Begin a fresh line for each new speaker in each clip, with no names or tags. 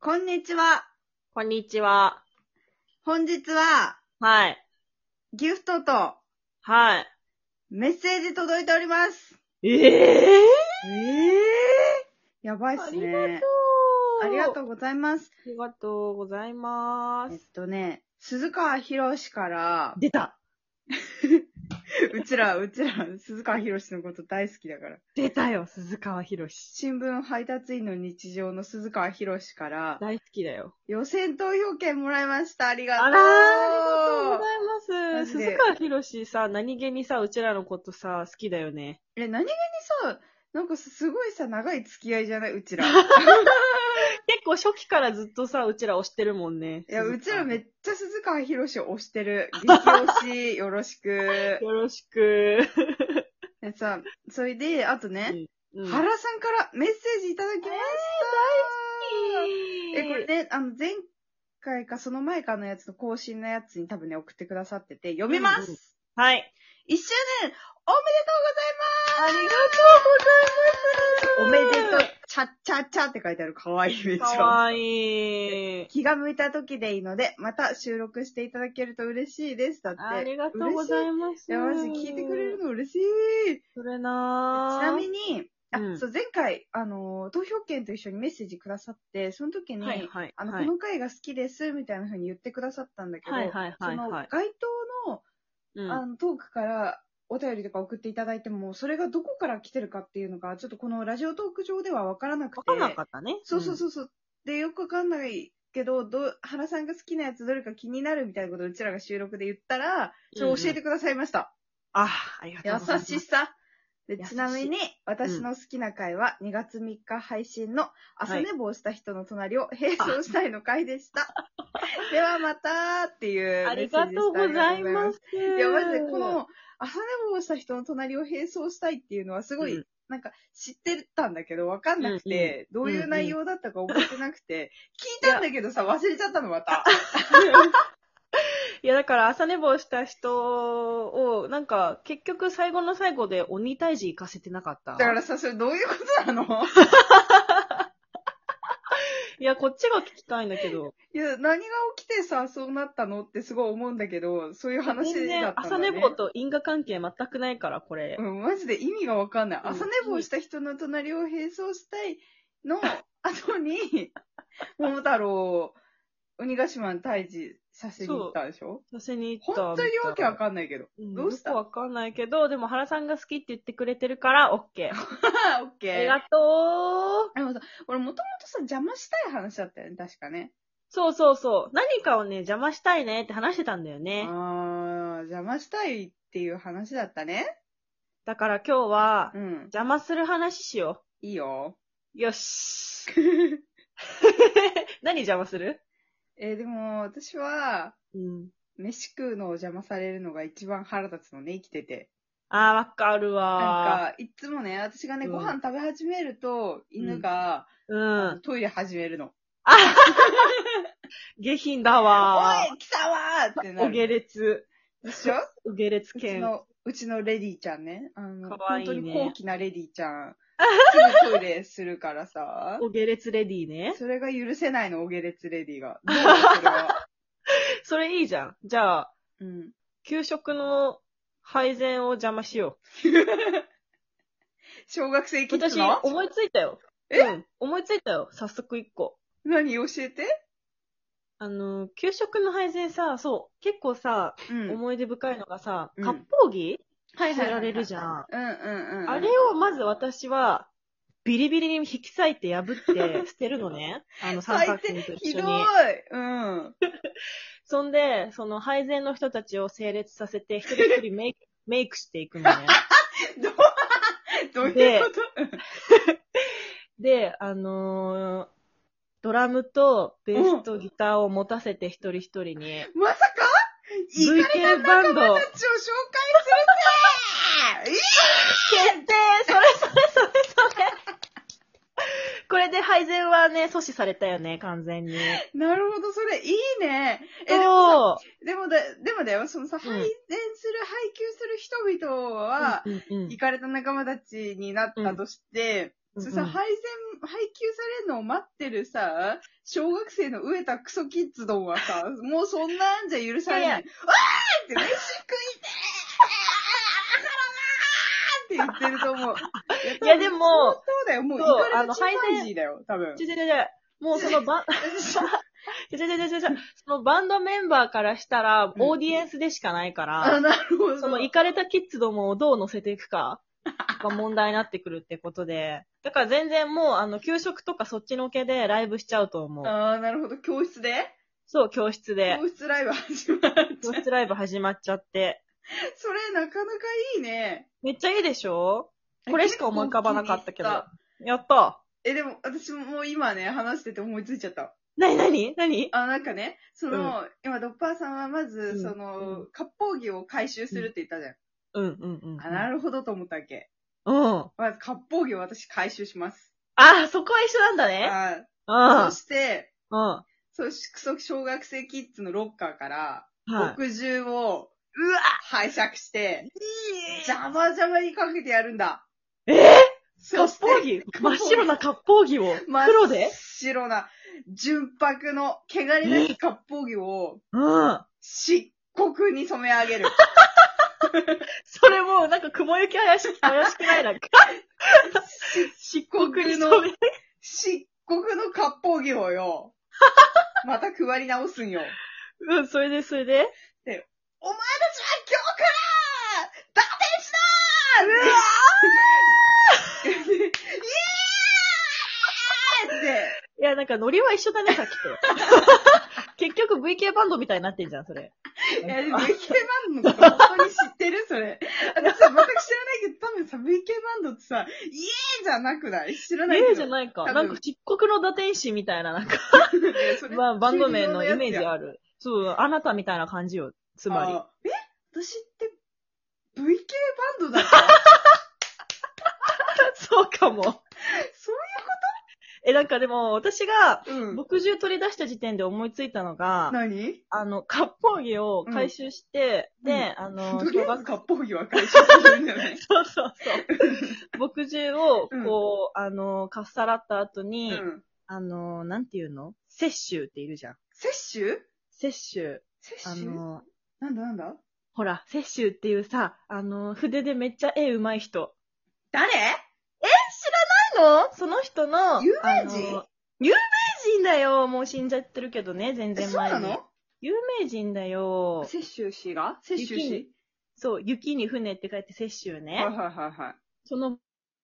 こんにちは。
こんにちは。
本日は、
はい。
ギフトと
は
メッセージ届いております。
い。ええ
ええやばいっ
あ
す
りがとう
ね。。ありがと
う。
うございます。
ありがとうございま
えっ
す。
とね、鈴川博士 から、
出た
うちら、うちら、鈴川博士のこと大好きだから。
出たよ、鈴川博士。
新聞配達員の日常の鈴川博士から、
大好きだよ。
予選投票券もらいました。ありがとう。
あらー、ありがとうござい
マ
ます。
ジで
鈴川博士さ、何気にさ、うちらのことさ、好きだよね。
え、何気にさ、なんかすごいさ、長い付き合いじゃないうちら。
結構初期からずっとさ、うちら推してるもんね。
いや、う
鈴
ち
川
らめっちゃ鈴川博士を推してる。激推し、よろし く。
よろしく。
でさ、それで、あとね、
うん
原さんからメッセージいただきました。え、これね、あの、前回かその前かのやつの更新のやつに多分ね、送ってくださってて、読みま
うんうん
す。
はい。
一周年、おめでとうございます
ありがとうございます
おめでとう、ちゃっちゃっちゃって書いてある。かわいい、めっち
か
ゃ。
わいい。
気が向いた時でいいので、また収録していただけると嬉しいです。だって。
ありがとうござ
ま
います。
いや、マジ聞いてくれるの嬉しい。
それ
ち
な
なみに、あ、
うん
そう、前回、あのー、投票券と一緒にメッセージくださって、その時に、
はいはい
あの、
はい
この回が好きです、みたいな風に言ってくださったんだけど、
はいはいはいは
そ
い
の、街頭
う
の、あ
ん、
の、トークから、お便りとか送っていただいても、それがどこから来てるかっていうのが、ちょっとこのラジオトーク上ではわからなくて。
わかんなかったね。
そうそう
う
そうそう。で、よくわかんないけど、どう、原さんが好きなやつどれか気になるみたいなことをうちらが収録で言ったら、それを教えてくださいました。
ん。あ、ありがとうござい
優
ま
し
す。
さ。で
優しい
ちなみに、私の好きな回は、2月3日配信の朝寝坊した人の隣を並走したいの回で した。ではまたっていう
あ
メッ
り
セー
が
ジでした。。
とうございますす。い
いや、マジでこの、朝寝坊した人の隣を並走したいっていうのはす ごい、
うん
なんか知ってたんだけど、わかんなくて、
んう
ど
ん
ういう内容だったか覚えてなくて、聞いたんだけどさ、忘れちゃったのまた。
いや、だから朝寝坊した人を、なんか、結局最後の最後で鬼退治行かせてなかった。
だからさ、それどういうことなの
いや、こっちが聞きたいんだけど。
いや、何が起きてさ、そうなったのってすごい思うんだけど、そういう話だった
全
んだ、ね
然、。朝寝坊。と因果関係全くないから、これ。
うん、マジで意味がわかんない。
うん
朝寝坊した人の隣を並走したいの 後に、桃太郎を鬼ヶ島に退治させに行ったでしょ
させに行った。
本当にわけわかんないけど。
うん
どうした
よくわかんないけど、でも原さんが好きって言ってくれてるから、オッケー。
オッケ
あり
ー。
がとう。
でもさ、俺もともとさ、邪魔したい話だったよね、確かね。
そうそうそう。何かをね、邪魔したいねって話してたんだよね。
あー、邪魔したいっていう話だったね。
だから今日は
う、ん。
邪魔する話しよ
いいよ。
う。よし。 何邪魔する
えーでも、私は、
うん。
飯食うのを邪魔されるのが一番腹立つのね、生きてて。
あー、わかるわ
なんか、いつもね、私がね、
うん
ご飯食べ始めると、犬が、
ー。うん。
トイレ始めるの。
下品だ
お
わ
い、来たわーって
ー。
な
お
る。
下列。
でしょ
お下列
うち
犬。
の、うちのレディちゃんね。あの、
かわいいね
本当に高貴なレディちゃ ん。すぐトイレするからさ。
お下列レディーね。
それが許せないの、お下劣レディが。 どうそれは。
それいいじゃん。じゃあ、
うん。
給食の配膳を邪魔しよう。
小学生キッズ
私、
の
思いついたよ。
え
うん、思いついたよ。早速一個。
何教えて
あのー、給食の配膳さ、そう、結構さ、
うん。
思い出深いのがさ、
うん
割烹着
は
着せられるじゃん。
うんうんうん。
あれをまず私は、ビリビリに引き裂いて破 って捨てるのね。あの、三角形と
ひ
一
ど
緒
い
に。
うん。
そんで、その配膳の人たちを整列させて、一人一人メイク、 メイクしていくのね。
どう、 どういうこと
で、あのードラムとベースとギターを持たせて一人一人に、
まさかイカ
VK バ
たちを紹
ンド、
介するぜ
決定それそれそれそれこれで配膳はね、阻止されたよね、完全に。
えなるほど、それいいね。え、でもさ
そう
でもだ、でもだよ、そのさ、
ん
配膳する、配給する人々は、
うんうんうん
イカれた仲間たちになったとして、
うんうん
さ、配膳、配給されるのを待ってるさ、小学生の飢えたクソキッズどもはさ、もうそんなんじゃ許されない。わーいって飯食いてーあからなーって言ってると思う。
いや、でも、
そうだよ、もう、い
そう
か
あ
れた
の
チンパンジーだよ、多分
ち。ょちょちょちょもうそのバン、ちょちょちょちょちょそのバンドメンバーからしたら、
うん
オーディエンスでしかないから
あ、、なるほど。
そのイカれたキッズどもをどう乗せていくかが問題になってくるってことで、だから全然もう、あの、給食とかそっちのけでライブしちゃうと思う。
ああ、なるほど。教室で
そう、教室で。
教室ライブ始まっちゃう。
教室ライブ始まっちゃって。
それなかなかいいね。
めっちゃいいでしょこれしか思い浮かばなかったけど
結構気に入っ。
やった。
た。え、でも私もう今ね、話してて思いついちゃった。
なになになに
あ、なんかね、その、今、ドッパーさんはま
う
ず、
ん
その、割烹着を回収するって言ったじゃん。
うんうんうん。
あ、なるほどと思ったわけ。
うん。あ
まず、割烹着を私回収します。
あ、そこは一緒なんだね。
あそ
うん。
して、
うん。は
そう、クソ小学生キッズのロッカーから、
い。
墨汁を
うわ
拝借して、
じゃ
邪魔邪魔にかけてやるんだ。
えぇ
そ
割
して、
烹着真っ白な割烹着を。
真っ
黒で
白な、純白の、汚れなき割烹着を、
うん。
漆黒に染め上げる。
それもうなんか雲行き怪しい、怪しくない なんか。漆黒に染め
漆黒の割烹着を よ、また配り直すんよ。
うん、それで、それで。
お前たちは今日から、打点しなーうわーイエーイって、
いや、なんかノリは一緒だね、さっ きと。結局 VK バンドみたいになってんじゃん、それ。
いや、でも VK バンドのこと本当に知ってるそれ。あ のさ、全く知らないけど、多分さ、VK バンドってさ、イエーイじゃなくない知らないけど。
ええじゃないか。
多分
なんか漆黒の打天使みたいな、なんか、
い やそれ
まあ、バンド名のイメージ
あ
ある。そう、あなたみたいな感じよ。つまり。
ーえ私って VK バ ンドだった
そうかも。
そ
え、なんかでも、私が、
ういう、うん。
墨汁取り出した時点で思いついたのが、
何
あの、割烹着を回収して、
うん
で、あの、
とり
小
あえず
学
割烹着は回収するんじゃない
そうそうそう。墨汁を、こう、あの、かっさらった後に、
うん。
あの、なんていうの摂取っているじゃん。
摂取
摂取。あ
摂取
の、
なんだなんだ
ほら、摂取っていうさ、あの、筆でめっちゃ絵うまい人。
誰
のその人の。
有名人
あの有名人だよ。もう死んじゃってるけどね、全
え、
然
そう
前に。
なの
有名人だよ。
摂取氏が摂取
雪
氏
そう、雪に船って書いて摂取ね。
はいはいはいはい。
その、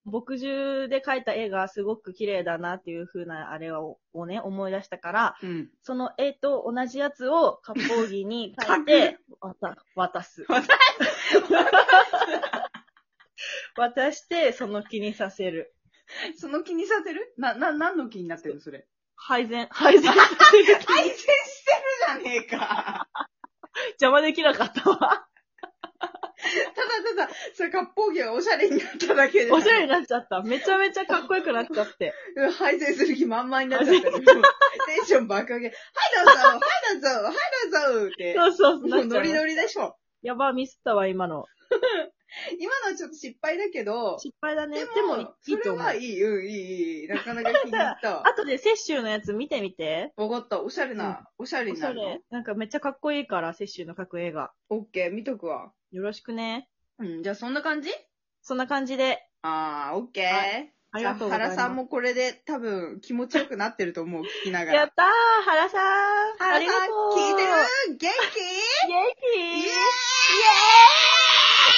墨汁で描いた絵がすごく綺麗だなっていう風なあれををね、思い出したから、
うん。
その絵と同じやつを割烹着に描いて、渡渡す。
渡
す 渡して、その気にさせる。
その気にさせるな、な、何の気になってるのそれ。
配膳、 配膳させる気
改善してるじゃねえか。
邪魔できなかったわ。
ただただ、それ割烹着がおしゃれになっただけで。
おしゃれになっちゃった。めちゃめちゃかっこよくなっちゃ って。
うん配膳する気満々になっちゃったけど。 テンション爆上げ。はいどうぞはいどうぞはいどうぞって。
そうそうそう。
も
な
う
っちゃ
ノ
う
リノリでしょ。
やば、ミスったわ、今の。
今のはちょっと失敗だけど、
失敗だね。
で
で
も、
も、い
そ
いと
れ
思う
は。いい、うん、いい、いい。なかなか気に入ったわ。
あとで、摂取のやつ見てみて。
わかった。おしゃれな、おしゃれ
お
に
しゃ
なるの
れ。なんかめっちゃかっこいいから、摂取の描く映画。
オッケー、見とくわ。
よろしくね。
うん、じゃあそんな感じ
そんな感じで。
あー、オッケー。
はありがとうございます。
原さんもこれで多分気持ちよくなってると思う、聞きなが
やっ
ら。
たー原さん
原
ありが
さん
とう、
聞いてる元気
元気